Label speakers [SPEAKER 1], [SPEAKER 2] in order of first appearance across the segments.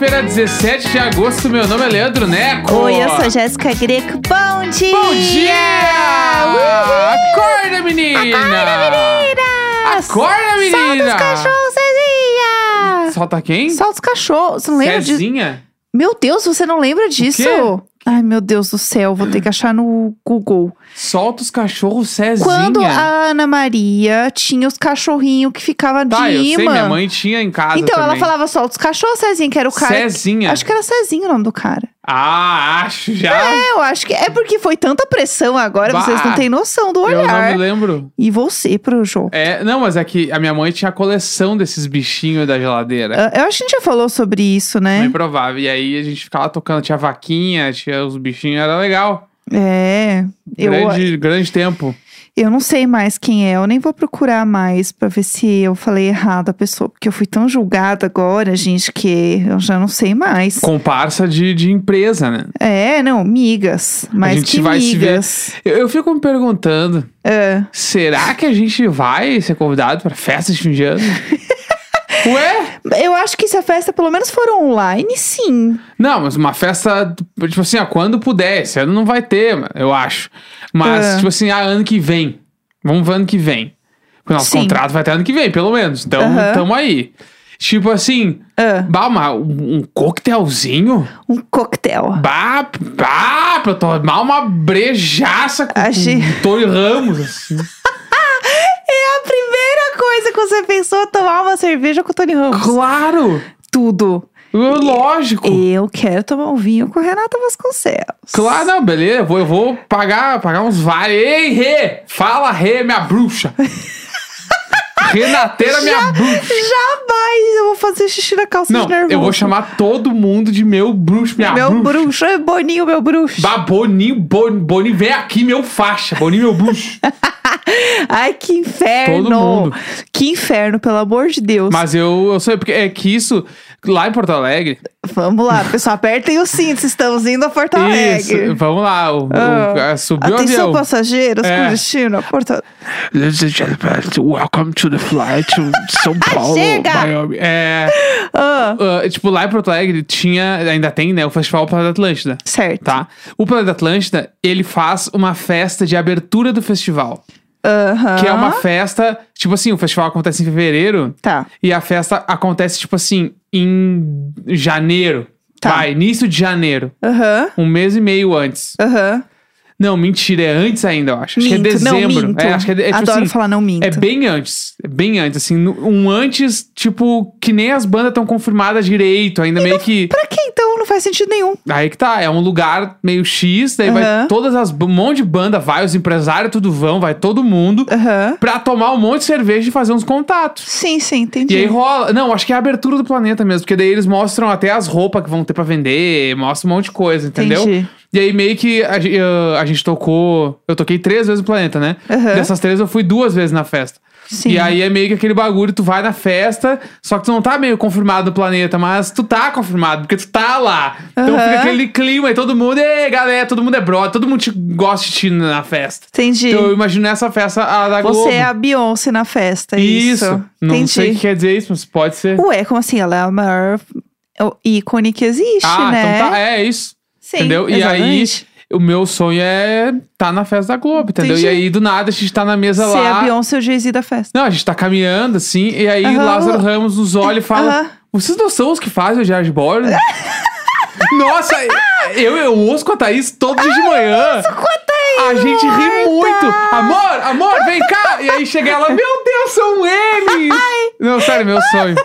[SPEAKER 1] 17 de agosto. Meu nome é Leandro Neco.
[SPEAKER 2] Oi, eu sou a Jéssica Greco. Bom dia!
[SPEAKER 1] Bom dia!
[SPEAKER 2] Uhul!
[SPEAKER 1] Acorda, menina!
[SPEAKER 2] Acorda, meninas!
[SPEAKER 1] Acorda, menina!
[SPEAKER 2] Solta os cachorros, Cezinha!
[SPEAKER 1] Solta quem?
[SPEAKER 2] Solta os cachorros. Você não lembra disso?
[SPEAKER 1] Cezinha?
[SPEAKER 2] Meu Deus, você não lembra disso?
[SPEAKER 1] quê?
[SPEAKER 2] Ai, meu Deus do céu, vou ter que achar no Google.
[SPEAKER 1] Solta os cachorros, Cezinha.
[SPEAKER 2] Quando a Ana Maria tinha os cachorrinhos que ficavam
[SPEAKER 1] Tá,
[SPEAKER 2] de
[SPEAKER 1] eu sei,
[SPEAKER 2] imã.
[SPEAKER 1] minha mãe tinha em casa
[SPEAKER 2] então, ela
[SPEAKER 1] também.
[SPEAKER 2] falava solta os cachorros, Cezinha, que era o cara.
[SPEAKER 1] Cezinha.
[SPEAKER 2] Acho que era Cezinho o nome do cara.
[SPEAKER 1] Ah, acho já.
[SPEAKER 2] É, eu acho que. É porque foi tanta pressão agora,
[SPEAKER 1] Bah.
[SPEAKER 2] vocês não têm noção do
[SPEAKER 1] eu não
[SPEAKER 2] olhar.
[SPEAKER 1] me lembro.
[SPEAKER 2] E você, Projô.
[SPEAKER 1] É, não, mas é que a minha mãe tinha a coleção desses bichinhos da geladeira.
[SPEAKER 2] Ah, Eu acho que a gente já falou sobre isso,
[SPEAKER 1] Bem
[SPEAKER 2] né?
[SPEAKER 1] provável. E aí a gente ficava tocando, tinha vaquinha, tinha os bichinhos, era legal.
[SPEAKER 2] É. Eu,
[SPEAKER 1] Grande, grande tempo.
[SPEAKER 2] eu não sei mais quem é, eu nem vou procurar mais pra ver se eu falei errado a pessoa, porque eu fui tão julgada agora, gente, que eu já não sei mais.
[SPEAKER 1] Comparsa de, de empresa, né?
[SPEAKER 2] É, não, migas. Mais
[SPEAKER 1] gente
[SPEAKER 2] que
[SPEAKER 1] vai se ver-
[SPEAKER 2] migas.
[SPEAKER 1] Eu, eu fico me perguntando,
[SPEAKER 2] É.
[SPEAKER 1] será que a gente vai ser convidado pra festa de fim de ano? Ué?
[SPEAKER 2] Eu acho que se a festa pelo menos for online, sim.
[SPEAKER 1] Não, mas uma festa, tipo assim, ó, quando puder. Esse ano não vai ter, eu acho. Mas,
[SPEAKER 2] Ah.
[SPEAKER 1] tipo assim, ah, ano que vem. Vamos ver ano que vem. Porque o nosso
[SPEAKER 2] Sim.
[SPEAKER 1] contrato vai até ano que vem, pelo menos. Então,
[SPEAKER 2] Aham.
[SPEAKER 1] tamo aí. Tipo assim,
[SPEAKER 2] Ah,
[SPEAKER 1] bah, uma- um, um coquetelzinho?
[SPEAKER 2] um coquetel.
[SPEAKER 1] Bah, bah, pra eu tomar uma brejaça com,
[SPEAKER 2] Achei-
[SPEAKER 1] com Tony Ramos, assim.
[SPEAKER 2] É a primeira coisa que você pensou tomar uma cerveja com o Tony Ramos.
[SPEAKER 1] Claro!
[SPEAKER 2] Tudo.
[SPEAKER 1] Lógico!
[SPEAKER 2] Eu quero tomar um vinho com Renata Vasconcelos.
[SPEAKER 1] Claro, não, beleza. Eu vou, eu vou pagar, pagar uns vale. Ei, Rê! Fala, Rê, minha bruxa! Renateira, minha bruxa!
[SPEAKER 2] Jamais eu vou fazer xixi na calça
[SPEAKER 1] Não,
[SPEAKER 2] de nervoso.
[SPEAKER 1] eu vou chamar todo mundo de meu bruxo, minha
[SPEAKER 2] Meu
[SPEAKER 1] bruxa.
[SPEAKER 2] bruxo, é boninho, meu bruxo.
[SPEAKER 1] Bah, Boninho, Bon- Boninho, vem aqui, meu faixa. Boninho, meu bruxo.
[SPEAKER 2] Ai, que inferno.
[SPEAKER 1] Todo mundo.
[SPEAKER 2] Que inferno, pelo amor de Deus.
[SPEAKER 1] Mas eu, eu sei, porque é que isso, lá em Porto Alegre.
[SPEAKER 2] Vamos lá, pessoal, apertem os cintos, estamos indo a Porto Tá Alegre.
[SPEAKER 1] Isso, vamos lá. O,
[SPEAKER 2] Ah.
[SPEAKER 1] o- subiu o
[SPEAKER 2] Atenção,
[SPEAKER 1] avião.
[SPEAKER 2] passageiros
[SPEAKER 1] É.
[SPEAKER 2] com destino a Porto
[SPEAKER 1] Ladies and gentlemen, welcome to the flight to São Paulo,
[SPEAKER 2] Ah, Chega!
[SPEAKER 1] Miami. É,
[SPEAKER 2] Ah,
[SPEAKER 1] ah, tipo, lá em Porto Alegre tinha, ainda tem, né, o Festival Planeta Atlântida,
[SPEAKER 2] certo.
[SPEAKER 1] tá? O Planeta Atlântida, ele faz uma festa de abertura do festival,
[SPEAKER 2] Aham.
[SPEAKER 1] que é uma festa, tipo assim, o festival acontece em fevereiro
[SPEAKER 2] Tá.
[SPEAKER 1] e a festa acontece, tipo assim, em janeiro,
[SPEAKER 2] Tá.
[SPEAKER 1] vai, início de janeiro,
[SPEAKER 2] Aham.
[SPEAKER 1] um mês e meio antes.
[SPEAKER 2] Aham.
[SPEAKER 1] Não, mentira, é antes ainda, eu acho. Acho que é
[SPEAKER 2] Minto, não,
[SPEAKER 1] dezembro.
[SPEAKER 2] minto.
[SPEAKER 1] É, acho que é, de- é tipo
[SPEAKER 2] Adoro
[SPEAKER 1] assim,
[SPEAKER 2] falar não minto.
[SPEAKER 1] É bem antes. É bem antes, assim. no- Um antes, tipo, que nem as bandas estão confirmadas direito. Ainda meio que.
[SPEAKER 2] Pra que então? Não faz sentido nenhum.
[SPEAKER 1] Aí que tá. É um lugar meio X, daí vai
[SPEAKER 2] Aham.
[SPEAKER 1] todas as. Um monte de banda vai, os empresários tudo vão, vai todo mundo.
[SPEAKER 2] Aham.
[SPEAKER 1] Pra tomar um monte de cerveja e fazer uns contatos.
[SPEAKER 2] Sim, sim,
[SPEAKER 1] E
[SPEAKER 2] entendi.
[SPEAKER 1] aí rola. Não, acho que é a abertura do planeta mesmo, porque daí eles mostram até as roupas que vão ter pra vender, mostra um monte de coisa, entendeu?
[SPEAKER 2] Entendi.
[SPEAKER 1] E aí meio que a, ge- eu- a gente tocou. Eu toquei três vezes no planeta, né?
[SPEAKER 2] Aham.
[SPEAKER 1] Dessas três eu fui duas vezes na festa.
[SPEAKER 2] Sim.
[SPEAKER 1] E aí é meio que aquele bagulho, tu vai na festa, só que tu não tá meio confirmado no planeta, mas tu tá confirmado, porque tu tá lá. Então
[SPEAKER 2] Aham.
[SPEAKER 1] fica aquele clima e todo mundo, ei, galera, todo mundo é brother, todo mundo te gosta de ti na festa.
[SPEAKER 2] Entendi.
[SPEAKER 1] Então eu imagino essa festa a da Globo.
[SPEAKER 2] Você é a Beyoncé na festa. é
[SPEAKER 1] Isso.
[SPEAKER 2] Isso.
[SPEAKER 1] Não
[SPEAKER 2] entendi.
[SPEAKER 1] sei o que quer dizer isso, mas pode ser.
[SPEAKER 2] Ué, como assim? Ela é a maior é ícone que existe,
[SPEAKER 1] ah,
[SPEAKER 2] né?
[SPEAKER 1] então tá, é isso.
[SPEAKER 2] Sim,
[SPEAKER 1] entendeu? E aí,
[SPEAKER 2] exatamente.
[SPEAKER 1] o meu sonho é tá na festa da Globo, entendeu?
[SPEAKER 2] Entendi.
[SPEAKER 1] E aí, do nada, a gente tá na mesa
[SPEAKER 2] Você é a
[SPEAKER 1] lá.
[SPEAKER 2] Beyoncé e o Jay-Z da festa.
[SPEAKER 1] Não, a gente tá caminhando, assim, e aí
[SPEAKER 2] Aham.
[SPEAKER 1] Lázaro Ramos nos olha e fala:
[SPEAKER 2] Aham.
[SPEAKER 1] Vocês não são os que fazem o Jared Borne? Nossa, eu, eu ouço com a Thaís todo dia de
[SPEAKER 2] Ah,
[SPEAKER 1] manhã. A gente ri muito. Amor, amor, vem cá. E aí chega ela, meu Deus, são eles. Não, sério, meu sonho.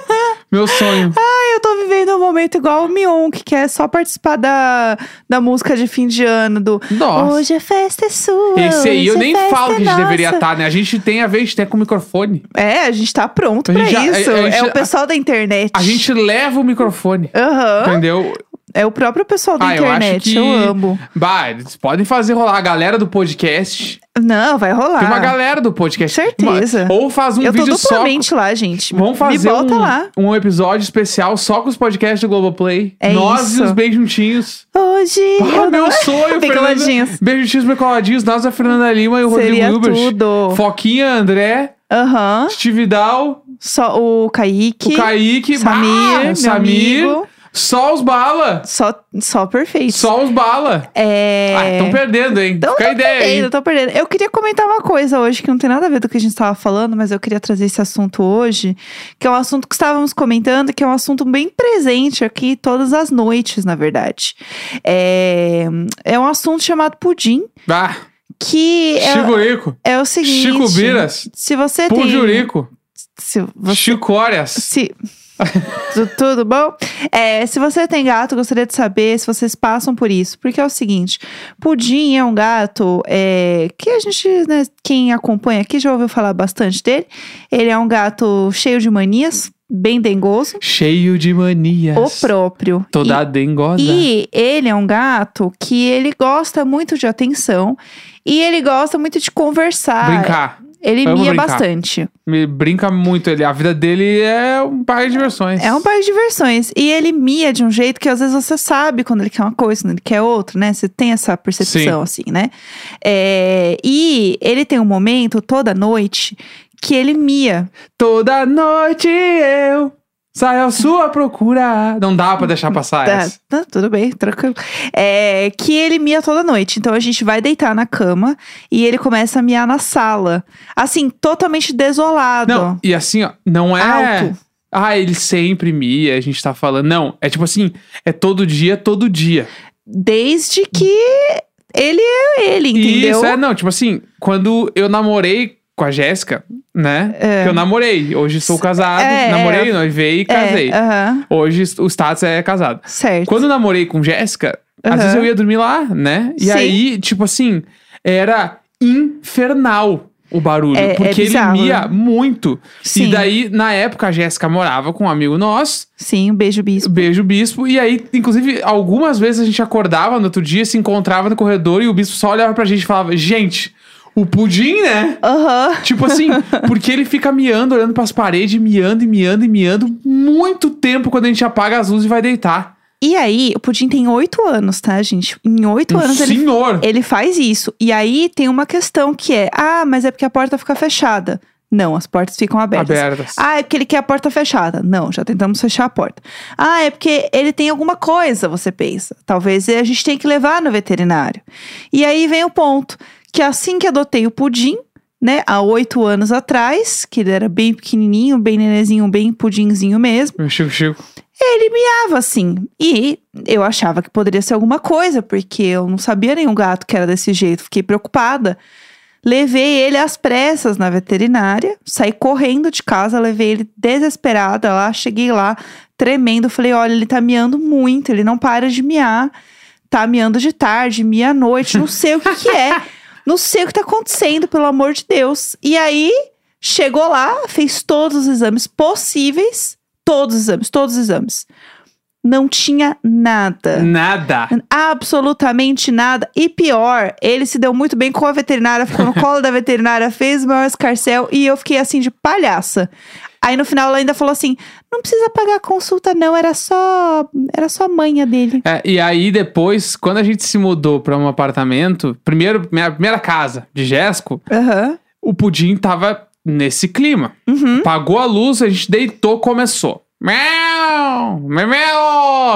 [SPEAKER 1] Meu sonho.
[SPEAKER 2] Ai, eu tô vivendo um momento igual o Mion, que quer só participar da, da música de fim de ano, do
[SPEAKER 1] Nossa.
[SPEAKER 2] Hoje a festa é sua.
[SPEAKER 1] Esse aí eu
[SPEAKER 2] hoje
[SPEAKER 1] nem
[SPEAKER 2] festa
[SPEAKER 1] falo que a gente
[SPEAKER 2] é
[SPEAKER 1] deveria
[SPEAKER 2] nossa."
[SPEAKER 1] estar, né? A gente tem a ver, a gente tem com o microfone.
[SPEAKER 2] É, a gente tá pronto
[SPEAKER 1] A
[SPEAKER 2] pra
[SPEAKER 1] gente já- a-
[SPEAKER 2] isso.
[SPEAKER 1] a
[SPEAKER 2] é
[SPEAKER 1] gente-
[SPEAKER 2] o pessoal da internet.
[SPEAKER 1] A gente leva o microfone.
[SPEAKER 2] Aham.
[SPEAKER 1] Entendeu?
[SPEAKER 2] É o próprio pessoal da
[SPEAKER 1] Ah, eu
[SPEAKER 2] internet.
[SPEAKER 1] acho que.
[SPEAKER 2] amo.
[SPEAKER 1] Bah, eles podem fazer rolar. A galera do podcast.
[SPEAKER 2] Não, vai rolar.
[SPEAKER 1] Tem uma galera do podcast.
[SPEAKER 2] Ah, Certeza.
[SPEAKER 1] Uma- ou faz um
[SPEAKER 2] eu tô
[SPEAKER 1] vídeo só.
[SPEAKER 2] duplamente lá, gente.
[SPEAKER 1] Vamos
[SPEAKER 2] Me
[SPEAKER 1] fazer
[SPEAKER 2] bota
[SPEAKER 1] um,
[SPEAKER 2] lá.
[SPEAKER 1] um episódio especial só com os podcasts do Globoplay.
[SPEAKER 2] É
[SPEAKER 1] Nós
[SPEAKER 2] isso.
[SPEAKER 1] e os bem juntinhos.
[SPEAKER 2] Hoje.
[SPEAKER 1] Ah,
[SPEAKER 2] eu
[SPEAKER 1] meu
[SPEAKER 2] não... é?
[SPEAKER 1] sonho,
[SPEAKER 2] Bicoladinhos.
[SPEAKER 1] Fernanda. Bem juntinhos, bem coladinhos. Nós, a Fernanda Lima e o
[SPEAKER 2] Seria
[SPEAKER 1] Rodrigo Hilbert.
[SPEAKER 2] tudo.
[SPEAKER 1] Foquinha, André,
[SPEAKER 2] Aham.
[SPEAKER 1] Steve Dal,
[SPEAKER 2] Só o Kaique.
[SPEAKER 1] o Kaique,
[SPEAKER 2] Samir,
[SPEAKER 1] bah,
[SPEAKER 2] meu
[SPEAKER 1] Samir.
[SPEAKER 2] amigo.
[SPEAKER 1] Só os bala!
[SPEAKER 2] Só, só perfeito.
[SPEAKER 1] Só os bala!
[SPEAKER 2] É...
[SPEAKER 1] Ah, estão perdendo, hein?
[SPEAKER 2] Então,
[SPEAKER 1] Fica a
[SPEAKER 2] tô
[SPEAKER 1] ideia,
[SPEAKER 2] perdendo,
[SPEAKER 1] hein?
[SPEAKER 2] tô perdendo. Eu queria comentar uma coisa hoje que não tem nada a ver do que a gente estava falando, mas eu queria trazer esse assunto hoje, que é um assunto que estávamos comentando, que é um assunto bem presente aqui todas as noites, na verdade. É, é um assunto chamado pudim,
[SPEAKER 1] Ah,
[SPEAKER 2] que é,
[SPEAKER 1] Chico Rico,
[SPEAKER 2] é o seguinte.
[SPEAKER 1] Chico Biras,
[SPEAKER 2] Se você tem.
[SPEAKER 1] Pujurico,
[SPEAKER 2] Se você
[SPEAKER 1] Chicórias.
[SPEAKER 2] se... Tu- Tudo bom? É, se você tem gato, eu gostaria de saber se vocês passam por isso. Porque é o seguinte: Pudim é um gato é, que a gente, né, quem acompanha aqui já ouviu falar bastante dele. Ele é um gato cheio de manias, bem dengoso,
[SPEAKER 1] Cheio de manias.
[SPEAKER 2] o próprio.
[SPEAKER 1] Toda dengosa.
[SPEAKER 2] E ele é um gato que ele gosta muito de atenção e ele gosta muito de conversar.
[SPEAKER 1] Brincar.
[SPEAKER 2] Ele
[SPEAKER 1] Amo
[SPEAKER 2] mia
[SPEAKER 1] brincar.
[SPEAKER 2] bastante.
[SPEAKER 1] Me brinca muito ele. A vida dele é um par de diversões.
[SPEAKER 2] É um parque de diversões. E ele mia de um jeito que às vezes você sabe quando ele quer uma coisa, quando ele quer outra, né? Você tem essa percepção, assim, né? É, e ele tem um momento, toda noite, que ele mia.
[SPEAKER 1] Toda noite eu saio à sua procura. Não dá pra deixar passar
[SPEAKER 2] Tá,
[SPEAKER 1] essa.
[SPEAKER 2] tá, tudo bem, tranquilo. É, que ele mia toda noite. Então a gente vai deitar na cama e ele começa a miar na sala. Assim, totalmente desolado.
[SPEAKER 1] Não, e assim, ó, não é.
[SPEAKER 2] tá Alto.
[SPEAKER 1] Ah, ele sempre mia, a gente tá falando. Não, é tipo assim, é todo dia, todo dia.
[SPEAKER 2] Desde que ele é ele, entendeu?
[SPEAKER 1] Isso é, não, tipo assim, quando eu namorei com a Jéssica, né? Que eu namorei. Hoje sou casado,
[SPEAKER 2] É,
[SPEAKER 1] namorei, noivei e casei.
[SPEAKER 2] aham,
[SPEAKER 1] Hoje o status é casado.
[SPEAKER 2] certo.
[SPEAKER 1] Quando eu namorei com Jéssica, às
[SPEAKER 2] Aham.
[SPEAKER 1] vezes eu ia dormir lá, né? E
[SPEAKER 2] Sim.
[SPEAKER 1] aí, tipo assim, era infernal o barulho.
[SPEAKER 2] É- é
[SPEAKER 1] porque ele
[SPEAKER 2] bizarro,
[SPEAKER 1] mia
[SPEAKER 2] né?
[SPEAKER 1] muito.
[SPEAKER 2] Sim.
[SPEAKER 1] E daí, na época, a Jéssica morava com um amigo nosso.
[SPEAKER 2] Sim, um beijo, bispo.
[SPEAKER 1] Beijo, bispo. E aí, inclusive, algumas vezes a gente acordava no outro dia, se encontrava no corredor e o bispo só olhava pra gente e falava: Gente, o pudim, né?
[SPEAKER 2] Aham.
[SPEAKER 1] Tipo assim, porque ele fica miando, olhando pras paredes, miando e miando e miando muito tempo quando a gente apaga as luzes e vai deitar.
[SPEAKER 2] E aí, o Pudim tem oito anos, tá, gente? Em oito
[SPEAKER 1] Um
[SPEAKER 2] anos ele,
[SPEAKER 1] senhor.
[SPEAKER 2] ele faz isso. E aí tem uma questão que é: ah, mas é porque a porta fica fechada. Não, as portas ficam abertas.
[SPEAKER 1] Abertas.
[SPEAKER 2] Ah, é porque ele quer a porta fechada. Não, já tentamos fechar a porta. Ah, é porque ele tem alguma coisa, você pensa. Talvez a gente tenha que levar no veterinário. E aí vem o ponto: que assim que adotei o pudim, né, há oito anos atrás, que ele era bem pequenininho, bem nenezinho, bem pudinzinho mesmo.
[SPEAKER 1] Meu Chico Chico.
[SPEAKER 2] Ele miava assim. E eu achava que poderia ser alguma coisa, porque eu não sabia nenhum gato que era desse jeito. Fiquei preocupada. Levei ele às pressas na veterinária, saí correndo de casa, levei ele desesperada lá, cheguei lá tremendo, falei: "Olha, ele tá miando muito, ele não para de miar. Tá miando de tarde, mia à noite, não sei o que que é. Não sei o que tá acontecendo, pelo amor de Deus". E aí chegou lá, fez todos os exames possíveis, todos os exames, todos os exames. Não tinha nada.
[SPEAKER 1] Nada.
[SPEAKER 2] Absolutamente nada. E pior, ele se deu muito bem com a veterinária, ficou no colo da veterinária, fez o maior escarcel e eu fiquei assim de palhaça. Aí no final ela ainda falou assim: não precisa pagar a consulta, não, era só. Era só a manha dele.
[SPEAKER 1] É, e aí depois, quando a gente se mudou pra um apartamento, primeiro, minha primeira casa de Jesco,
[SPEAKER 2] Aham.
[SPEAKER 1] o pudim tava nesse clima.
[SPEAKER 2] Uhum.
[SPEAKER 1] Apagou a luz, a gente deitou, começou. Meu! Meu!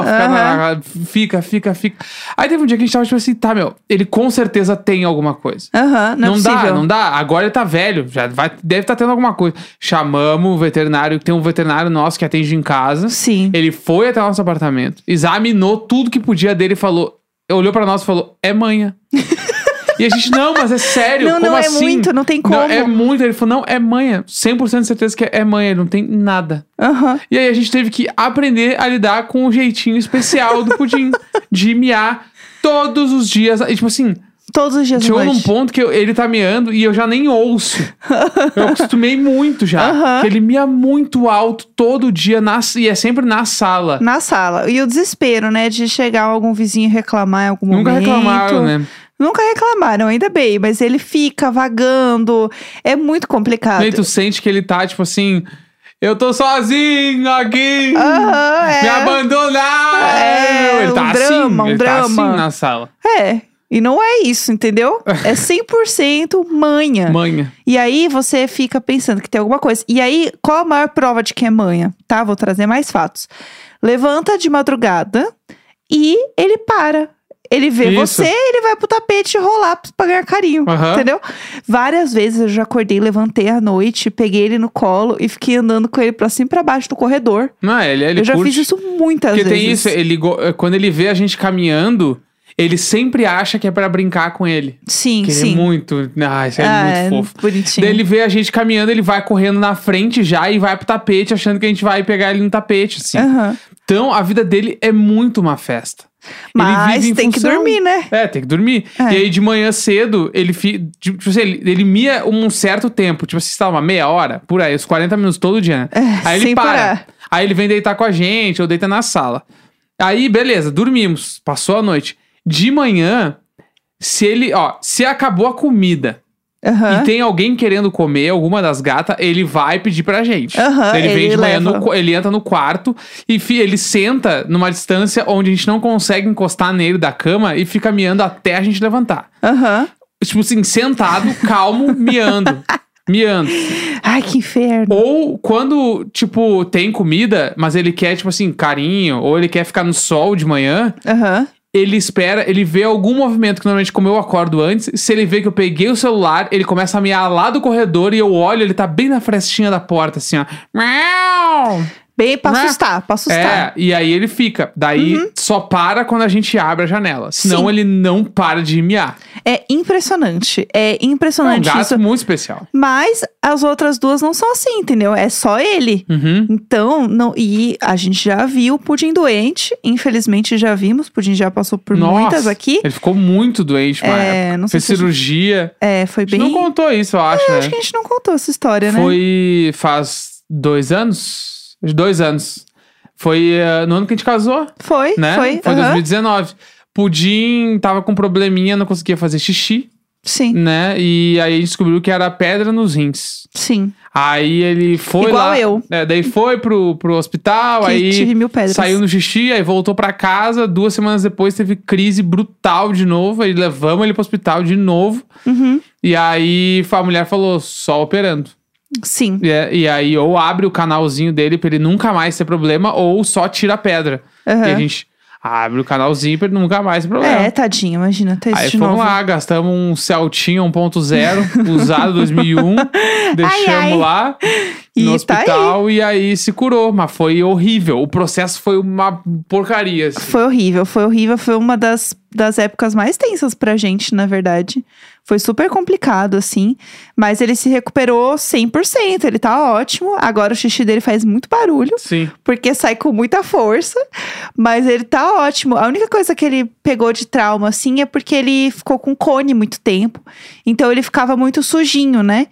[SPEAKER 1] Fica,
[SPEAKER 2] Aham.
[SPEAKER 1] fica, fica, fica. Aí teve um dia que a gente tava tipo assim, tá, meu, ele com certeza tem alguma coisa.
[SPEAKER 2] Aham, não, é possível.
[SPEAKER 1] dá, não dá. Agora ele tá velho, já vai, deve estar tendo alguma coisa. Chamamos o veterinário, tem um veterinário nosso que atende em casa.
[SPEAKER 2] Sim.
[SPEAKER 1] Ele foi até o nosso apartamento, examinou tudo que podia dele e falou, olhou pra nós e falou: "É manha". e a gente: "Não, mas é sério,
[SPEAKER 2] Não,
[SPEAKER 1] como
[SPEAKER 2] não, é
[SPEAKER 1] assim?"
[SPEAKER 2] muito, não tem como.
[SPEAKER 1] Não, é muito. Ele falou, não, é manha. 100% de certeza que é- é manha, ele não tem nada.
[SPEAKER 2] Aham.
[SPEAKER 1] E aí a gente teve que aprender a lidar com o jeitinho especial do pudim. de miar todos os dias. E tipo assim,
[SPEAKER 2] Todos os dias. à
[SPEAKER 1] chegou num
[SPEAKER 2] noite.
[SPEAKER 1] ponto que eu- ele tá miando e eu já nem ouço. eu acostumei muito já.
[SPEAKER 2] Aham.
[SPEAKER 1] Que ele mia muito alto todo dia na, e é sempre na sala.
[SPEAKER 2] Na sala. E o desespero, né? De chegar algum vizinho e reclamar em algum
[SPEAKER 1] Nunca
[SPEAKER 2] momento.
[SPEAKER 1] reclamaram, né?
[SPEAKER 2] Nunca reclamaram, ainda bem, mas ele fica vagando. É muito complicado.
[SPEAKER 1] E aí tu sente que ele tá, tipo assim, eu tô sozinho aqui.
[SPEAKER 2] Aham,
[SPEAKER 1] Me
[SPEAKER 2] é.
[SPEAKER 1] abandonaram!
[SPEAKER 2] É,
[SPEAKER 1] ele tá
[SPEAKER 2] um
[SPEAKER 1] assim,
[SPEAKER 2] drama, um
[SPEAKER 1] ele tá
[SPEAKER 2] drama.
[SPEAKER 1] assim na sala.
[SPEAKER 2] É. E não é isso, entendeu? É 100% manha.
[SPEAKER 1] Manha.
[SPEAKER 2] E aí você fica pensando que tem alguma coisa. E aí, qual a maior prova de que é manha? Tá? Vou trazer mais fatos. Levanta de madrugada e ele para. Ele vê
[SPEAKER 1] Isso.
[SPEAKER 2] você, ele vai pro tapete rolar pra ganhar carinho,
[SPEAKER 1] Aham.
[SPEAKER 2] entendeu? Várias vezes eu já acordei, levantei à noite, peguei ele no colo e fiquei andando com ele pra cima e pra baixo do corredor.
[SPEAKER 1] Não, é, ele, ele
[SPEAKER 2] eu já
[SPEAKER 1] curte.
[SPEAKER 2] fiz isso muitas
[SPEAKER 1] Porque
[SPEAKER 2] vezes.
[SPEAKER 1] tem isso, ele, go- eh, quando ele vê a gente caminhando, ele sempre acha que é pra brincar com ele.
[SPEAKER 2] Sim,
[SPEAKER 1] Que ele é
[SPEAKER 2] sim.
[SPEAKER 1] muito. Ah, isso é
[SPEAKER 2] Ah,
[SPEAKER 1] muito fofo.
[SPEAKER 2] Bonitinho.
[SPEAKER 1] Daí ele vê a gente caminhando, ele vai correndo na frente já e vai pro tapete, achando que a gente vai pegar ele no tapete, assim.
[SPEAKER 2] Aham.
[SPEAKER 1] Então, a vida dele é muito uma festa. ele
[SPEAKER 2] Mas
[SPEAKER 1] vive em
[SPEAKER 2] tem que
[SPEAKER 1] função.
[SPEAKER 2] dormir, né?
[SPEAKER 1] É, tem que dormir.
[SPEAKER 2] É.
[SPEAKER 1] E aí, de manhã cedo, ele fica. Tipo assim, ele, ele mia um certo tempo. Tipo assim, tá uma meia hora, por aí, uns 40 minutos todo dia, né?
[SPEAKER 2] É,
[SPEAKER 1] aí ele
[SPEAKER 2] sem
[SPEAKER 1] para.
[SPEAKER 2] parar.
[SPEAKER 1] Aí ele vem deitar com a gente, ou deita na sala. Aí, beleza, dormimos. Passou a noite. De manhã, se ele. Ó, se acabou a comida
[SPEAKER 2] Aham.
[SPEAKER 1] e tem alguém querendo comer, alguma das gatas, ele vai pedir pra gente.
[SPEAKER 2] Aham,
[SPEAKER 1] ele vem
[SPEAKER 2] ele
[SPEAKER 1] de manhã,
[SPEAKER 2] leva.
[SPEAKER 1] no qu- ele entra no quarto e fi- ele senta numa distância onde a gente não consegue encostar nele da cama e fica miando até a gente levantar.
[SPEAKER 2] Aham.
[SPEAKER 1] Tipo assim, sentado, calmo, miando. Miando.
[SPEAKER 2] Ai, que inferno.
[SPEAKER 1] Ou quando, tipo, tem comida, mas ele quer, tipo assim, carinho, ou ele quer ficar no sol de manhã,
[SPEAKER 2] Aham.
[SPEAKER 1] ele espera, ele vê algum movimento que normalmente como eu acordo antes. Se ele vê que eu peguei o celular, ele começa a miar lá do corredor e eu olho, ele tá bem na frestinha da porta, assim, ó. Miau!
[SPEAKER 2] Bem pra
[SPEAKER 1] Né?
[SPEAKER 2] assustar, pra
[SPEAKER 1] É,
[SPEAKER 2] assustar.
[SPEAKER 1] e aí ele fica. Daí só para quando a gente abre a janela. Senão
[SPEAKER 2] Uhum. Sim.
[SPEAKER 1] ele não para de miar.
[SPEAKER 2] É, impressionante. É
[SPEAKER 1] É um
[SPEAKER 2] impressionante
[SPEAKER 1] gato
[SPEAKER 2] isso.
[SPEAKER 1] muito especial.
[SPEAKER 2] Mas as outras duas não são assim, entendeu? É só ele.
[SPEAKER 1] Uhum.
[SPEAKER 2] Então, não, e a gente já viu o Pudim doente, infelizmente já vimos, Pudim já passou por
[SPEAKER 1] Nossa,
[SPEAKER 2] muitas aqui.
[SPEAKER 1] Ele ficou muito doente, uma época.
[SPEAKER 2] É, não sei
[SPEAKER 1] Fez
[SPEAKER 2] se a gente-
[SPEAKER 1] cirurgia.
[SPEAKER 2] é, foi
[SPEAKER 1] A gente
[SPEAKER 2] bem.
[SPEAKER 1] não contou isso, eu acho,
[SPEAKER 2] É,
[SPEAKER 1] né?
[SPEAKER 2] Acho que a gente não contou essa história, né?
[SPEAKER 1] Foi faz dois anos? Dois anos. Foi eh, no ano que a gente casou,
[SPEAKER 2] Foi,
[SPEAKER 1] né?
[SPEAKER 2] foi. aham.
[SPEAKER 1] 2019. Pudim tava com probleminha, não conseguia fazer xixi,
[SPEAKER 2] Sim,
[SPEAKER 1] né? E aí a gente descobriu que era pedra nos rins.
[SPEAKER 2] sim.
[SPEAKER 1] Aí ele foi
[SPEAKER 2] Igual
[SPEAKER 1] lá.
[SPEAKER 2] eu.
[SPEAKER 1] né? daí foi pro, pro hospital,
[SPEAKER 2] que
[SPEAKER 1] aí
[SPEAKER 2] tive mil pedras.
[SPEAKER 1] saiu no xixi, aí voltou pra casa. Duas semanas depois teve crise brutal de novo. Aí levamos ele pro hospital de novo.
[SPEAKER 2] Uhum,
[SPEAKER 1] E aí a mulher falou: só operando.
[SPEAKER 2] Sim.
[SPEAKER 1] É, E, e aí, ou abre o canalzinho dele pra ele nunca mais ter problema, ou só tira a pedra.
[SPEAKER 2] aham.
[SPEAKER 1] E a gente abre o canalzinho pra ele nunca mais ter problema.
[SPEAKER 2] É, tadinho, imagina ter isso
[SPEAKER 1] aí
[SPEAKER 2] de
[SPEAKER 1] fomos
[SPEAKER 2] novo.
[SPEAKER 1] lá, gastamos um Celtinha 1.0, usado 2001, deixamos
[SPEAKER 2] ai.
[SPEAKER 1] lá
[SPEAKER 2] E
[SPEAKER 1] no
[SPEAKER 2] tá aí.
[SPEAKER 1] hospital e aí se curou, mas foi horrível. O processo foi uma porcaria. assim.
[SPEAKER 2] Foi horrível, foi horrível. Foi uma das, das épocas mais tensas pra gente, na verdade. Foi super complicado, assim. Mas ele se recuperou 100%, ele tá ótimo. Agora o xixi dele faz muito barulho,
[SPEAKER 1] Sim.
[SPEAKER 2] porque sai com muita força. Mas ele tá ótimo. A única coisa que ele pegou de trauma, assim, é porque ele ficou com cone muito tempo. Então ele ficava muito sujinho, né?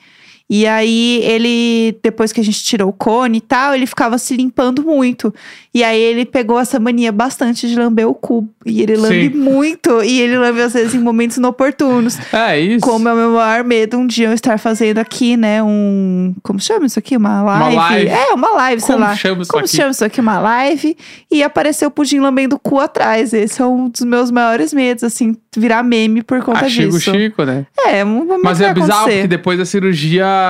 [SPEAKER 2] E aí ele, depois que a gente tirou o cone e tal, ele ficava se limpando muito. E aí ele pegou essa mania bastante de lamber o cu. E ele lambe
[SPEAKER 1] Sim.
[SPEAKER 2] muito. E ele lambe às vezes em momentos inoportunos.
[SPEAKER 1] É isso.
[SPEAKER 2] Como é o meu maior medo um dia eu estar fazendo aqui, né? Um. Como chama isso aqui? Uma live?
[SPEAKER 1] live.
[SPEAKER 2] É, uma live, sei
[SPEAKER 1] Como
[SPEAKER 2] lá.
[SPEAKER 1] chama isso
[SPEAKER 2] Como
[SPEAKER 1] aqui?
[SPEAKER 2] chama isso aqui? Uma live. E apareceu o pudim lambendo o cu atrás. Esse é um dos meus maiores medos, assim, virar meme por conta
[SPEAKER 1] Ah, Chico
[SPEAKER 2] disso.
[SPEAKER 1] Chico, né?
[SPEAKER 2] É, um momento
[SPEAKER 1] Mas
[SPEAKER 2] vai
[SPEAKER 1] é bizarro
[SPEAKER 2] acontecer.
[SPEAKER 1] porque depois da cirurgia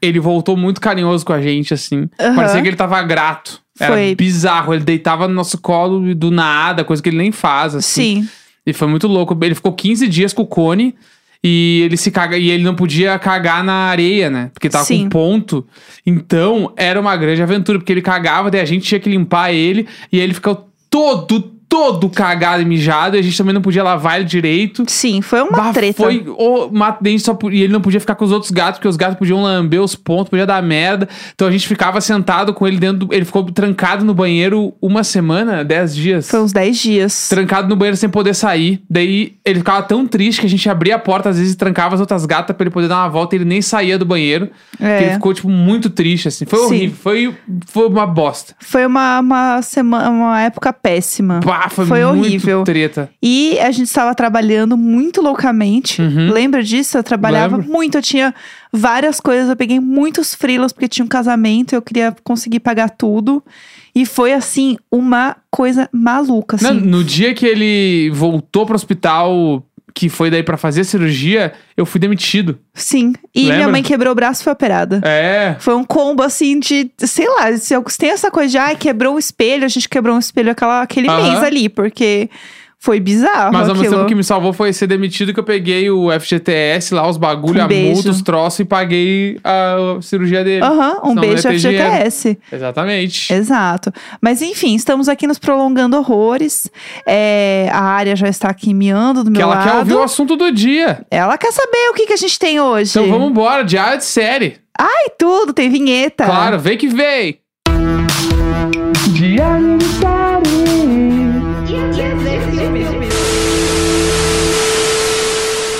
[SPEAKER 1] ele voltou muito carinhoso com a gente, assim.
[SPEAKER 2] Aham.
[SPEAKER 1] Parecia que ele tava grato. Era
[SPEAKER 2] Foi.
[SPEAKER 1] bizarro. Ele deitava no nosso colo e do nada, coisa que ele nem faz, assim.
[SPEAKER 2] Sim.
[SPEAKER 1] E foi muito louco. Ele ficou 15 dias com o cone e ele se caga e ele não podia cagar na areia, né? Porque tava
[SPEAKER 2] Sim.
[SPEAKER 1] com ponto. Então, era uma grande aventura, porque ele cagava, daí a gente tinha que limpar ele e ele ficou todo, todo cagado e mijado, e a gente também não podia lavar ele direito.
[SPEAKER 2] Sim, foi uma
[SPEAKER 1] Bah,
[SPEAKER 2] treta.
[SPEAKER 1] Foi o Matente só po- e ele não podia ficar com os outros gatos, porque os gatos podiam lamber os pontos, podia dar merda. Então a gente ficava sentado com ele dentro do, Ele ficou trancado no banheiro uma semana, dez dias.
[SPEAKER 2] Foi um uns 10 dias.
[SPEAKER 1] Trancado no banheiro sem poder sair. Daí ele ficava tão triste que a gente abria a porta às vezes e trancava as outras gatas pra ele poder dar uma volta e ele nem saía do banheiro. Porque ele
[SPEAKER 2] É.
[SPEAKER 1] ficou, tipo, muito triste, assim. Foi
[SPEAKER 2] Sim.
[SPEAKER 1] horrível. Foi, foi uma bosta.
[SPEAKER 2] Foi uma, uma, semana, uma época péssima.
[SPEAKER 1] Bah, foi,
[SPEAKER 2] Foi
[SPEAKER 1] muito
[SPEAKER 2] horrível.
[SPEAKER 1] treta.
[SPEAKER 2] E a gente estava trabalhando muito loucamente. Lembra disso? Eu trabalhava
[SPEAKER 1] Uhum. Lembro.
[SPEAKER 2] muito, eu tinha várias coisas, eu peguei muitos frilas porque tinha um casamento, eu queria conseguir pagar tudo. E foi assim uma coisa maluca,
[SPEAKER 1] Não,
[SPEAKER 2] assim.
[SPEAKER 1] no dia que ele voltou pro hospital, que que foi daí pra fazer a cirurgia, eu fui demitido.
[SPEAKER 2] Sim. E minha
[SPEAKER 1] Lembra?
[SPEAKER 2] mãe quebrou o braço e foi operada.
[SPEAKER 1] É.
[SPEAKER 2] Foi um combo assim de, sei lá, se eu- tem essa coisa de, ai, quebrou um espelho, a gente quebrou um espelho aquela, aquele
[SPEAKER 1] Aham.
[SPEAKER 2] mês ali, porque foi bizarro.
[SPEAKER 1] Mas ao mesmo
[SPEAKER 2] aquilo.
[SPEAKER 1] tempo que me salvou foi ser demitido que eu peguei o FGTS lá, os bagulho,
[SPEAKER 2] Um
[SPEAKER 1] a
[SPEAKER 2] beijo.
[SPEAKER 1] multa, os troços e paguei a cirurgia dele.
[SPEAKER 2] Aham, um
[SPEAKER 1] Senão não ia
[SPEAKER 2] beijo
[SPEAKER 1] ter dinheiro.
[SPEAKER 2] FGTS.
[SPEAKER 1] Exatamente.
[SPEAKER 2] Exato. Mas enfim, estamos aqui nos prolongando horrores. É, a área já está aqui miando do meu
[SPEAKER 1] que ela
[SPEAKER 2] lado.
[SPEAKER 1] quer ouvir o assunto do dia.
[SPEAKER 2] Ela quer saber o que, que a gente tem hoje.
[SPEAKER 1] Então vamos embora, diário de série.
[SPEAKER 2] Ai, tudo, tem vinheta.
[SPEAKER 1] Claro, vem que vem. Diário de série.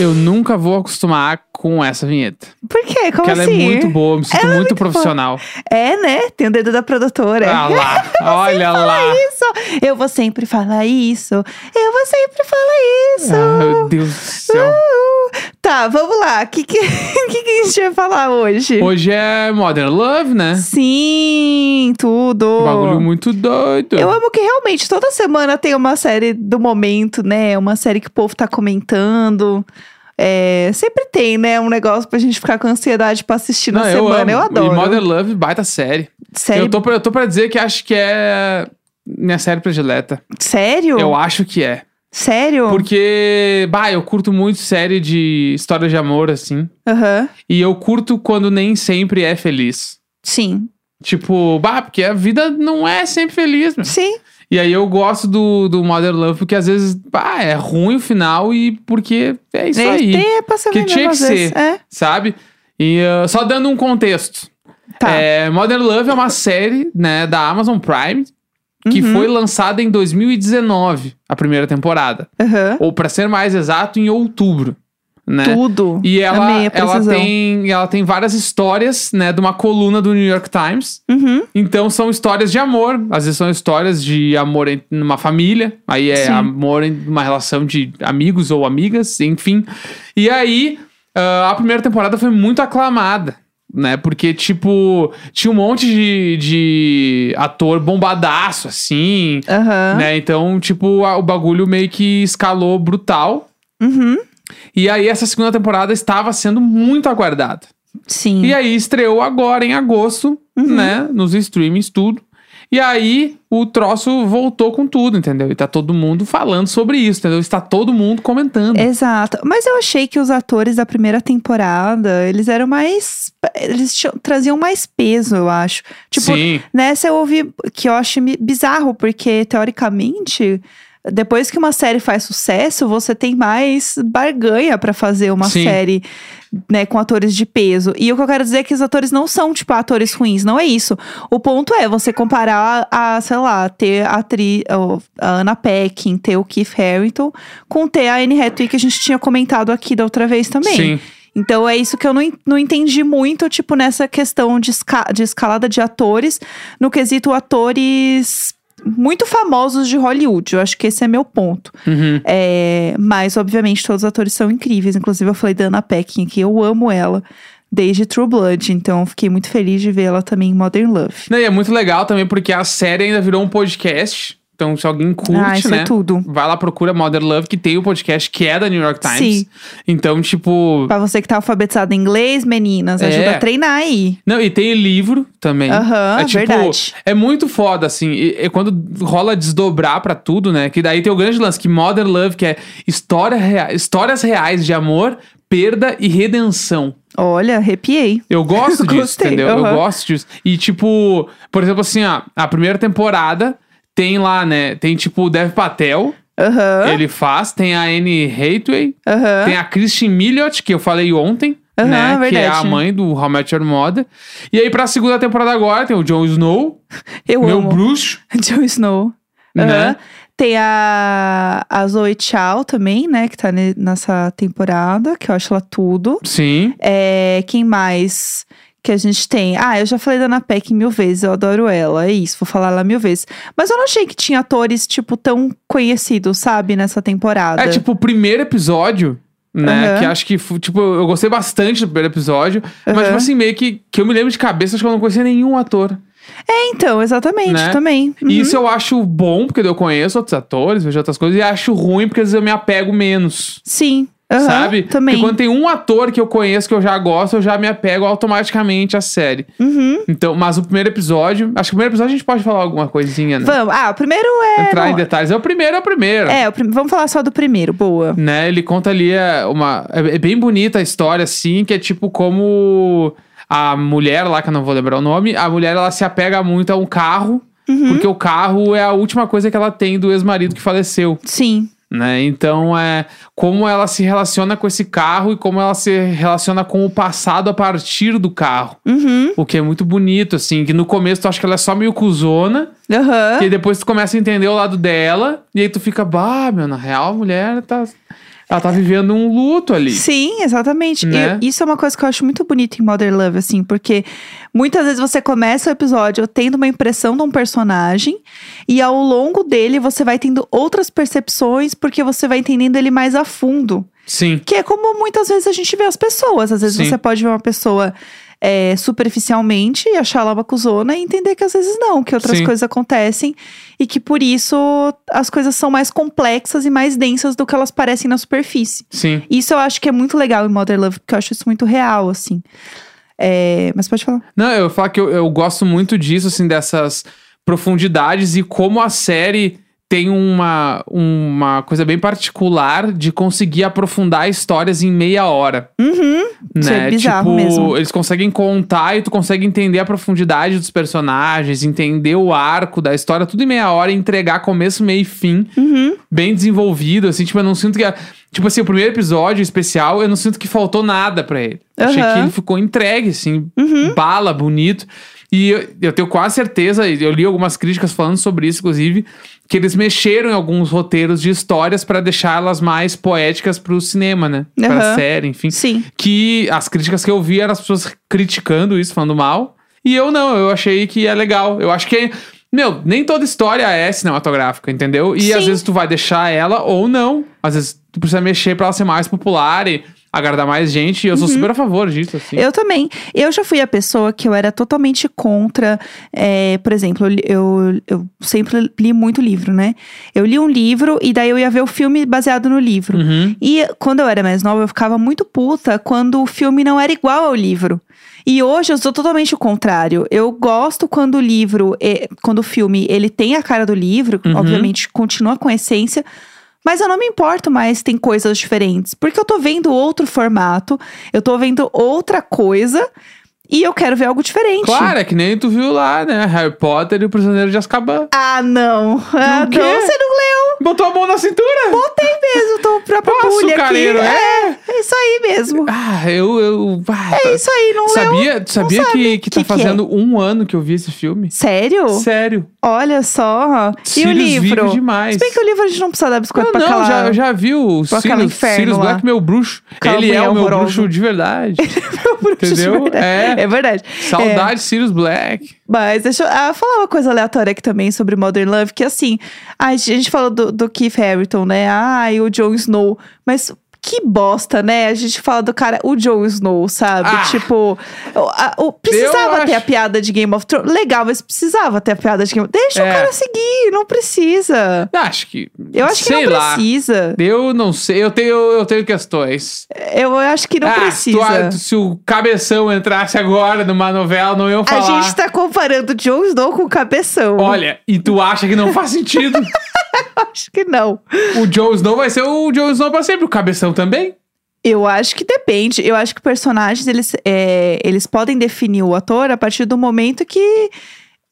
[SPEAKER 1] Eu nunca vou acostumar com essa vinheta.
[SPEAKER 2] Por quê? Como
[SPEAKER 1] Porque ela
[SPEAKER 2] assim?
[SPEAKER 1] é muito boa, eu me sinto
[SPEAKER 2] Ela é
[SPEAKER 1] muito
[SPEAKER 2] muito boa.
[SPEAKER 1] profissional.
[SPEAKER 2] É, né? Tem o dedo da produtora.
[SPEAKER 1] Ah lá, olha lá.
[SPEAKER 2] Isso, eu vou sempre falar isso. Eu vou sempre falar isso.
[SPEAKER 1] Ah, meu Deus do céu.
[SPEAKER 2] Uh, Tá, vamos lá. O que, que, que, que a gente vai falar hoje?
[SPEAKER 1] Hoje é Modern Love, né?
[SPEAKER 2] Sim, tudo.
[SPEAKER 1] Um bagulho muito doido.
[SPEAKER 2] Eu amo que realmente toda semana tem uma série do momento, né? Uma série que o povo tá comentando. É, sempre tem, né? Um negócio pra gente ficar com ansiedade pra assistir na semana. eu
[SPEAKER 1] amo.
[SPEAKER 2] adoro.
[SPEAKER 1] E Modern Love, baita série.
[SPEAKER 2] Série...
[SPEAKER 1] Eu, tô pra, eu tô pra dizer que acho que é minha série predileta.
[SPEAKER 2] Sério?
[SPEAKER 1] Eu acho que é.
[SPEAKER 2] Sério?
[SPEAKER 1] Porque, bah, eu curto muito série de história de amor, assim.
[SPEAKER 2] Aham.
[SPEAKER 1] E eu curto quando nem sempre é feliz.
[SPEAKER 2] Sim.
[SPEAKER 1] Tipo, bah, porque a vida não é sempre feliz, meu.
[SPEAKER 2] Sim.
[SPEAKER 1] E aí eu gosto do, do Modern Love porque às vezes, bah, é ruim o final e porque é isso
[SPEAKER 2] É,
[SPEAKER 1] aí,
[SPEAKER 2] Tem, é pra ser
[SPEAKER 1] Que
[SPEAKER 2] mesmo,
[SPEAKER 1] tinha
[SPEAKER 2] às
[SPEAKER 1] que
[SPEAKER 2] vezes.
[SPEAKER 1] ser.
[SPEAKER 2] É,
[SPEAKER 1] sabe? E ah, só dando um contexto.
[SPEAKER 2] tá.
[SPEAKER 1] É, Modern Love é uma série, né, da Amazon Prime que
[SPEAKER 2] Uhum.
[SPEAKER 1] foi lançada em 2019, a primeira temporada.
[SPEAKER 2] Aham.
[SPEAKER 1] Ou pra ser mais exato, em outubro, né?
[SPEAKER 2] Tudo.
[SPEAKER 1] E ela,
[SPEAKER 2] Amei a
[SPEAKER 1] ela,
[SPEAKER 2] É precisão.
[SPEAKER 1] tem, ela tem várias histórias, né, de uma coluna do New York Times.
[SPEAKER 2] Uhum.
[SPEAKER 1] Então são histórias de amor. Às vezes são histórias de amor em uma família. Aí é
[SPEAKER 2] Sim.
[SPEAKER 1] amor em uma relação de amigos ou amigas, enfim. E aí, ah, a primeira temporada foi muito aclamada. Né? Porque, tipo, tinha um monte de, de ator bombadaço, assim.
[SPEAKER 2] Aham.
[SPEAKER 1] Né? Então, tipo, a- o bagulho meio que escalou brutal.
[SPEAKER 2] Uhum.
[SPEAKER 1] E aí, essa segunda temporada estava sendo muito aguardada.
[SPEAKER 2] Sim.
[SPEAKER 1] E aí estreou agora em agosto,
[SPEAKER 2] Uhum.
[SPEAKER 1] né? Nos streamings, tudo. E aí o troço voltou com tudo, entendeu? E tá todo mundo falando sobre isso, entendeu? Está todo mundo comentando.
[SPEAKER 2] É, Exato. Mas eu achei que os atores da primeira temporada, eles eram mais. Eles tinham- traziam mais peso, eu acho. Tipo,
[SPEAKER 1] Sim,
[SPEAKER 2] nessa eu ouvi que eu acho mi- bizarro, porque teoricamente. Depois que uma série faz sucesso, você tem mais barganha pra fazer uma
[SPEAKER 1] Sim.
[SPEAKER 2] série, né, com atores de peso. E o que eu quero dizer é que os atores não são, tipo, atores ruins, não é isso. O ponto é você comparar a, sei lá, ter a, atri, a Anna Paquin, ter o Keith Harrington, com ter a Anne Hathaway que a gente tinha comentado aqui da outra vez também.
[SPEAKER 1] sim.
[SPEAKER 2] Então é isso que eu não, en- não entendi muito, tipo, nessa questão de, esca- de escalada de atores, no quesito atores muito famosos de Hollywood. Eu acho que esse é meu ponto.
[SPEAKER 1] Uhum.
[SPEAKER 2] É, mas, obviamente, todos os atores são incríveis. Inclusive, eu falei da Anna Paquin aqui, eu amo ela desde True Blood. Então, eu fiquei muito feliz de ver ela também em Modern Love.
[SPEAKER 1] Não, E é muito legal também porque a série ainda virou um podcast. Então, se alguém curte,
[SPEAKER 2] ah, isso
[SPEAKER 1] né?
[SPEAKER 2] é tudo.
[SPEAKER 1] Vai lá, procura Modern Love, que tem o podcast que é da New York Times.
[SPEAKER 2] Sim.
[SPEAKER 1] Então, tipo.
[SPEAKER 2] Pra você que tá alfabetizado em inglês, meninas,
[SPEAKER 1] É.
[SPEAKER 2] ajuda a treinar aí.
[SPEAKER 1] Não, e tem livro também.
[SPEAKER 2] Aham,
[SPEAKER 1] é tipo,
[SPEAKER 2] verdade.
[SPEAKER 1] É muito foda, assim. E, e quando rola desdobrar pra tudo, né? Que daí tem o grande lance, que Modern Love, que é história rea- histórias reais de amor, perda e redenção.
[SPEAKER 2] Olha, arrepiei.
[SPEAKER 1] Eu gosto disso,
[SPEAKER 2] Gostei,
[SPEAKER 1] entendeu? Eu
[SPEAKER 2] aham.
[SPEAKER 1] gosto disso. E, tipo, por exemplo, assim, ó, a primeira temporada tem lá, né? Tem, tipo, o Dev Patel,
[SPEAKER 2] Aham,
[SPEAKER 1] ele faz, tem a Anne Hathaway,
[SPEAKER 2] aham.
[SPEAKER 1] tem a Christine Milioti, que eu falei ontem,
[SPEAKER 2] Aham,
[SPEAKER 1] né? Que é a
[SPEAKER 2] verdade.
[SPEAKER 1] mãe do How I Met Your Mother. E aí, pra segunda temporada agora, tem o Jon Snow,
[SPEAKER 2] Eu
[SPEAKER 1] meu
[SPEAKER 2] amo.
[SPEAKER 1] bruxo,
[SPEAKER 2] Jon Snow.
[SPEAKER 1] né?
[SPEAKER 2] Aham. Tem a, a Zoe Chow também, né? Que tá ne- nessa temporada, que eu acho ela tudo.
[SPEAKER 1] Sim.
[SPEAKER 2] É, quem mais que a gente tem? Ah, eu já falei da Ana Paquin mil vezes, eu adoro ela, é isso, vou falar ela mil vezes. Mas eu não achei que tinha atores, tipo, tão conhecidos, sabe, nessa temporada.
[SPEAKER 1] É tipo o primeiro episódio, né?
[SPEAKER 2] Aham.
[SPEAKER 1] Que acho que, fu- tipo, eu gostei bastante do primeiro episódio. Mas,
[SPEAKER 2] Aham.
[SPEAKER 1] tipo assim, meio que, que eu me lembro de cabeça, acho que eu não conhecia nenhum ator.
[SPEAKER 2] É, então, exatamente,
[SPEAKER 1] Né?
[SPEAKER 2] também. Uhum.
[SPEAKER 1] E isso eu acho bom, porque eu conheço outros atores, vejo outras coisas, e acho ruim, porque às vezes eu me apego menos.
[SPEAKER 2] Sim. Aham,
[SPEAKER 1] sabe?
[SPEAKER 2] Também.
[SPEAKER 1] Porque quando tem um ator que eu conheço, que eu já gosto, eu já me apego automaticamente à série.
[SPEAKER 2] Uhum.
[SPEAKER 1] Então, mas o primeiro episódio. Acho que o primeiro episódio a gente pode falar alguma coisinha, né?
[SPEAKER 2] Vamos. Ah, o primeiro é.
[SPEAKER 1] Entrar em
[SPEAKER 2] não,
[SPEAKER 1] detalhes. É o primeiro, é o primeiro.
[SPEAKER 2] é, o prim- vamos falar só do primeiro, boa.
[SPEAKER 1] Né? Ele conta ali é, uma. É é bem bonita a história, assim, que é tipo como a mulher lá, que eu não vou lembrar o nome, a mulher ela se apega muito a um carro.
[SPEAKER 2] Uhum.
[SPEAKER 1] Porque o carro é a última coisa que ela tem do ex-marido que faleceu
[SPEAKER 2] Sim.
[SPEAKER 1] né? Então é como ela se relaciona com esse carro e como ela se relaciona com o passado a partir do carro.
[SPEAKER 2] Uhum.
[SPEAKER 1] O que é muito bonito, assim, que no começo tu acha que ela é só meio cuzona,
[SPEAKER 2] Aham.
[SPEAKER 1] e aí depois tu começa a entender o lado dela, e aí tu fica, bah, meu, na real a mulher tá. Ela tá vivendo um luto ali.
[SPEAKER 2] Sim, exatamente. E
[SPEAKER 1] Né?
[SPEAKER 2] isso é uma coisa que eu acho muito bonita em Mother Love, assim, porque muitas vezes você começa o episódio tendo uma impressão de um personagem, e ao longo dele você vai tendo outras percepções, porque você vai entendendo ele mais a fundo.
[SPEAKER 1] Sim.
[SPEAKER 2] Que é como muitas vezes a gente vê as pessoas. Às vezes
[SPEAKER 1] Sim.
[SPEAKER 2] você pode ver uma pessoa é, superficialmente e achar ela uma cuzona e entender que às vezes não, que outras
[SPEAKER 1] Sim.
[SPEAKER 2] coisas acontecem e que por isso as coisas são mais complexas e mais densas do que elas parecem na superfície.
[SPEAKER 1] Sim.
[SPEAKER 2] Isso eu acho que é muito legal em Mother Love, porque eu acho isso muito real, assim. É, mas pode falar.
[SPEAKER 1] Não, eu falo que eu, eu gosto muito disso, assim, dessas profundidades e como a série tem uma, uma coisa bem particular de conseguir aprofundar histórias em meia hora.
[SPEAKER 2] Uhum. Isso
[SPEAKER 1] né?
[SPEAKER 2] é
[SPEAKER 1] tipo,
[SPEAKER 2] bizarro mesmo.
[SPEAKER 1] eles conseguem contar e tu consegue entender a profundidade dos personagens, entender o arco da história, tudo em meia hora, e entregar começo, meio e fim,
[SPEAKER 2] Uhum.
[SPEAKER 1] bem desenvolvido, assim, tipo, eu não sinto que a- tipo assim, o primeiro episódio especial, eu não sinto que faltou nada pra ele. Achei
[SPEAKER 2] Aham. Uhum.
[SPEAKER 1] que ele ficou entregue assim, bala, bonito. E eu, eu tenho quase certeza, e eu li algumas críticas falando sobre isso, inclusive, que eles mexeram em alguns roteiros de histórias pra deixá-las mais poéticas pro cinema, né? Pra
[SPEAKER 2] Aham.
[SPEAKER 1] série, enfim
[SPEAKER 2] Sim.
[SPEAKER 1] que as críticas que eu vi eram as pessoas criticando isso, falando mal. E eu não, eu achei que é legal. Eu acho que. Meu, nem toda história é cinematográfica, entendeu? E às
[SPEAKER 2] Sim.
[SPEAKER 1] vezes tu vai deixar ela ou não. Às vezes tu precisa mexer pra ela ser mais popular e agradar mais gente. E eu sou
[SPEAKER 2] Uhum.
[SPEAKER 1] super a favor disso, assim.
[SPEAKER 2] Eu também. Eu já fui a pessoa que eu era totalmente contra. é, por exemplo, eu li- eu, eu sempre li muito livro, né? Eu li um livro e daí eu ia ver o filme baseado no livro.
[SPEAKER 1] Uhum.
[SPEAKER 2] E quando eu era mais nova, eu ficava muito puta quando o filme não era igual ao livro. E hoje eu sou totalmente o contrário. Eu gosto quando o livro, é- quando o filme, ele tem a cara do livro,
[SPEAKER 1] Uhum.
[SPEAKER 2] obviamente continua com a essência, mas eu não me importo mais se tem coisas diferentes, porque eu tô vendo outro formato, eu tô vendo outra coisa e eu quero ver algo diferente.
[SPEAKER 1] Claro, é que nem tu viu lá, né? Harry Potter e o Prisioneiro de Azkaban.
[SPEAKER 2] Ah, não. Ah,
[SPEAKER 1] quê?
[SPEAKER 2] não, você não leu
[SPEAKER 1] Botou a mão na cintura?
[SPEAKER 2] mesmo, tô própria
[SPEAKER 1] Pô,
[SPEAKER 2] bulha aqui.
[SPEAKER 1] açucareiro, é?
[SPEAKER 2] É isso aí mesmo.
[SPEAKER 1] Ah, eu. eu ah,
[SPEAKER 2] É isso aí, não leu.
[SPEAKER 1] sabia tu sabia que, que tá
[SPEAKER 2] que que é?
[SPEAKER 1] fazendo um ano que eu vi esse filme?
[SPEAKER 2] Sério?
[SPEAKER 1] Sério.
[SPEAKER 2] Olha só. E o
[SPEAKER 1] Sirius
[SPEAKER 2] livro?
[SPEAKER 1] vive demais.
[SPEAKER 2] Se bem que o livro a gente não precisa dar
[SPEAKER 1] Não,
[SPEAKER 2] biscoito pra
[SPEAKER 1] não,
[SPEAKER 2] aquela...
[SPEAKER 1] já, eu já vi o
[SPEAKER 2] pra aquela
[SPEAKER 1] Sirius,
[SPEAKER 2] inferno
[SPEAKER 1] Sirius
[SPEAKER 2] lá.
[SPEAKER 1] Black, meu bruxo.
[SPEAKER 2] Aquela
[SPEAKER 1] ele é
[SPEAKER 2] mulher
[SPEAKER 1] o meu
[SPEAKER 2] horrorosa.
[SPEAKER 1] bruxo de verdade.
[SPEAKER 2] Bruxo de
[SPEAKER 1] Entendeu?
[SPEAKER 2] verdade.
[SPEAKER 1] É.
[SPEAKER 2] É verdade.
[SPEAKER 1] Saudade Sirius Black.
[SPEAKER 2] Mas deixa eu ah, falar uma coisa aleatória aqui também sobre Modern Love, que assim, a gente falou do, do Keith Harrington, né? Ah, e o Jon Snow. Mas que bosta, né? A gente fala do cara, o Jon Snow, sabe?
[SPEAKER 1] Ah.
[SPEAKER 2] tipo, o- a- o- precisava
[SPEAKER 1] Eu
[SPEAKER 2] ter a
[SPEAKER 1] acho-
[SPEAKER 2] piada de Game of Thrones. Legal, mas precisava ter a piada de Game of Thrones.
[SPEAKER 1] É.
[SPEAKER 2] Deixa o cara seguir, não precisa.
[SPEAKER 1] Ah, Acho que.
[SPEAKER 2] Eu acho
[SPEAKER 1] sei
[SPEAKER 2] que não
[SPEAKER 1] lá.
[SPEAKER 2] precisa.
[SPEAKER 1] Eu não sei, eu tenho, eu tenho questões.
[SPEAKER 2] Eu acho que não
[SPEAKER 1] Ah, se,
[SPEAKER 2] precisa.
[SPEAKER 1] tu- ah, se o cabeção entrasse agora numa novela, não iam
[SPEAKER 2] A
[SPEAKER 1] falar.
[SPEAKER 2] gente tá comparando Jon Snow com o Cabeção.
[SPEAKER 1] Olha, e tu acha que não faz sentido?
[SPEAKER 2] Acho que não.
[SPEAKER 1] o Jon Snow vai ser o Jon Snow pra sempre, o cabeção também.
[SPEAKER 2] Eu acho que depende. Eu acho que personagens, eles, é, eles podem definir o ator a partir do momento que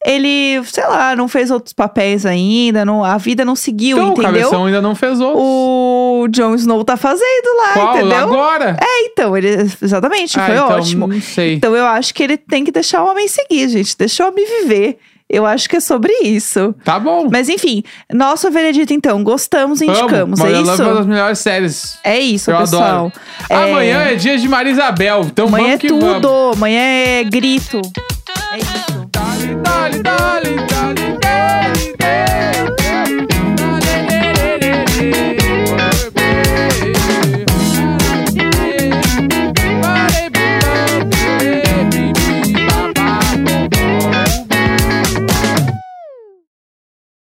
[SPEAKER 2] ele, sei lá, não fez outros papéis ainda, não, a vida não seguiu,
[SPEAKER 1] então o
[SPEAKER 2] entendeu?
[SPEAKER 1] cabeção ainda não fez outro.
[SPEAKER 2] O Jon Snow tá fazendo lá,
[SPEAKER 1] Qual?
[SPEAKER 2] entendeu?
[SPEAKER 1] Agora?
[SPEAKER 2] É, então, ele, exatamente,
[SPEAKER 1] ah,
[SPEAKER 2] foi
[SPEAKER 1] então,
[SPEAKER 2] ótimo.
[SPEAKER 1] Não sei.
[SPEAKER 2] Então eu acho que ele tem que deixar o homem seguir, gente. Deixa o homem viver. Eu acho que é sobre isso.
[SPEAKER 1] Tá bom.
[SPEAKER 2] Mas enfim, nosso veredito então, gostamos e
[SPEAKER 1] Amo.
[SPEAKER 2] indicamos,
[SPEAKER 1] Modern
[SPEAKER 2] é
[SPEAKER 1] Love é uma das
[SPEAKER 2] isso?
[SPEAKER 1] melhores séries
[SPEAKER 2] É isso,
[SPEAKER 1] Eu
[SPEAKER 2] pessoal.
[SPEAKER 1] adoro. Amanhã é dia de Marisabel, então
[SPEAKER 2] Amanhã é
[SPEAKER 1] vamos que
[SPEAKER 2] tudo,
[SPEAKER 1] vamos.
[SPEAKER 2] amanhã é grito. É isso.
[SPEAKER 1] Dale, dale, dale.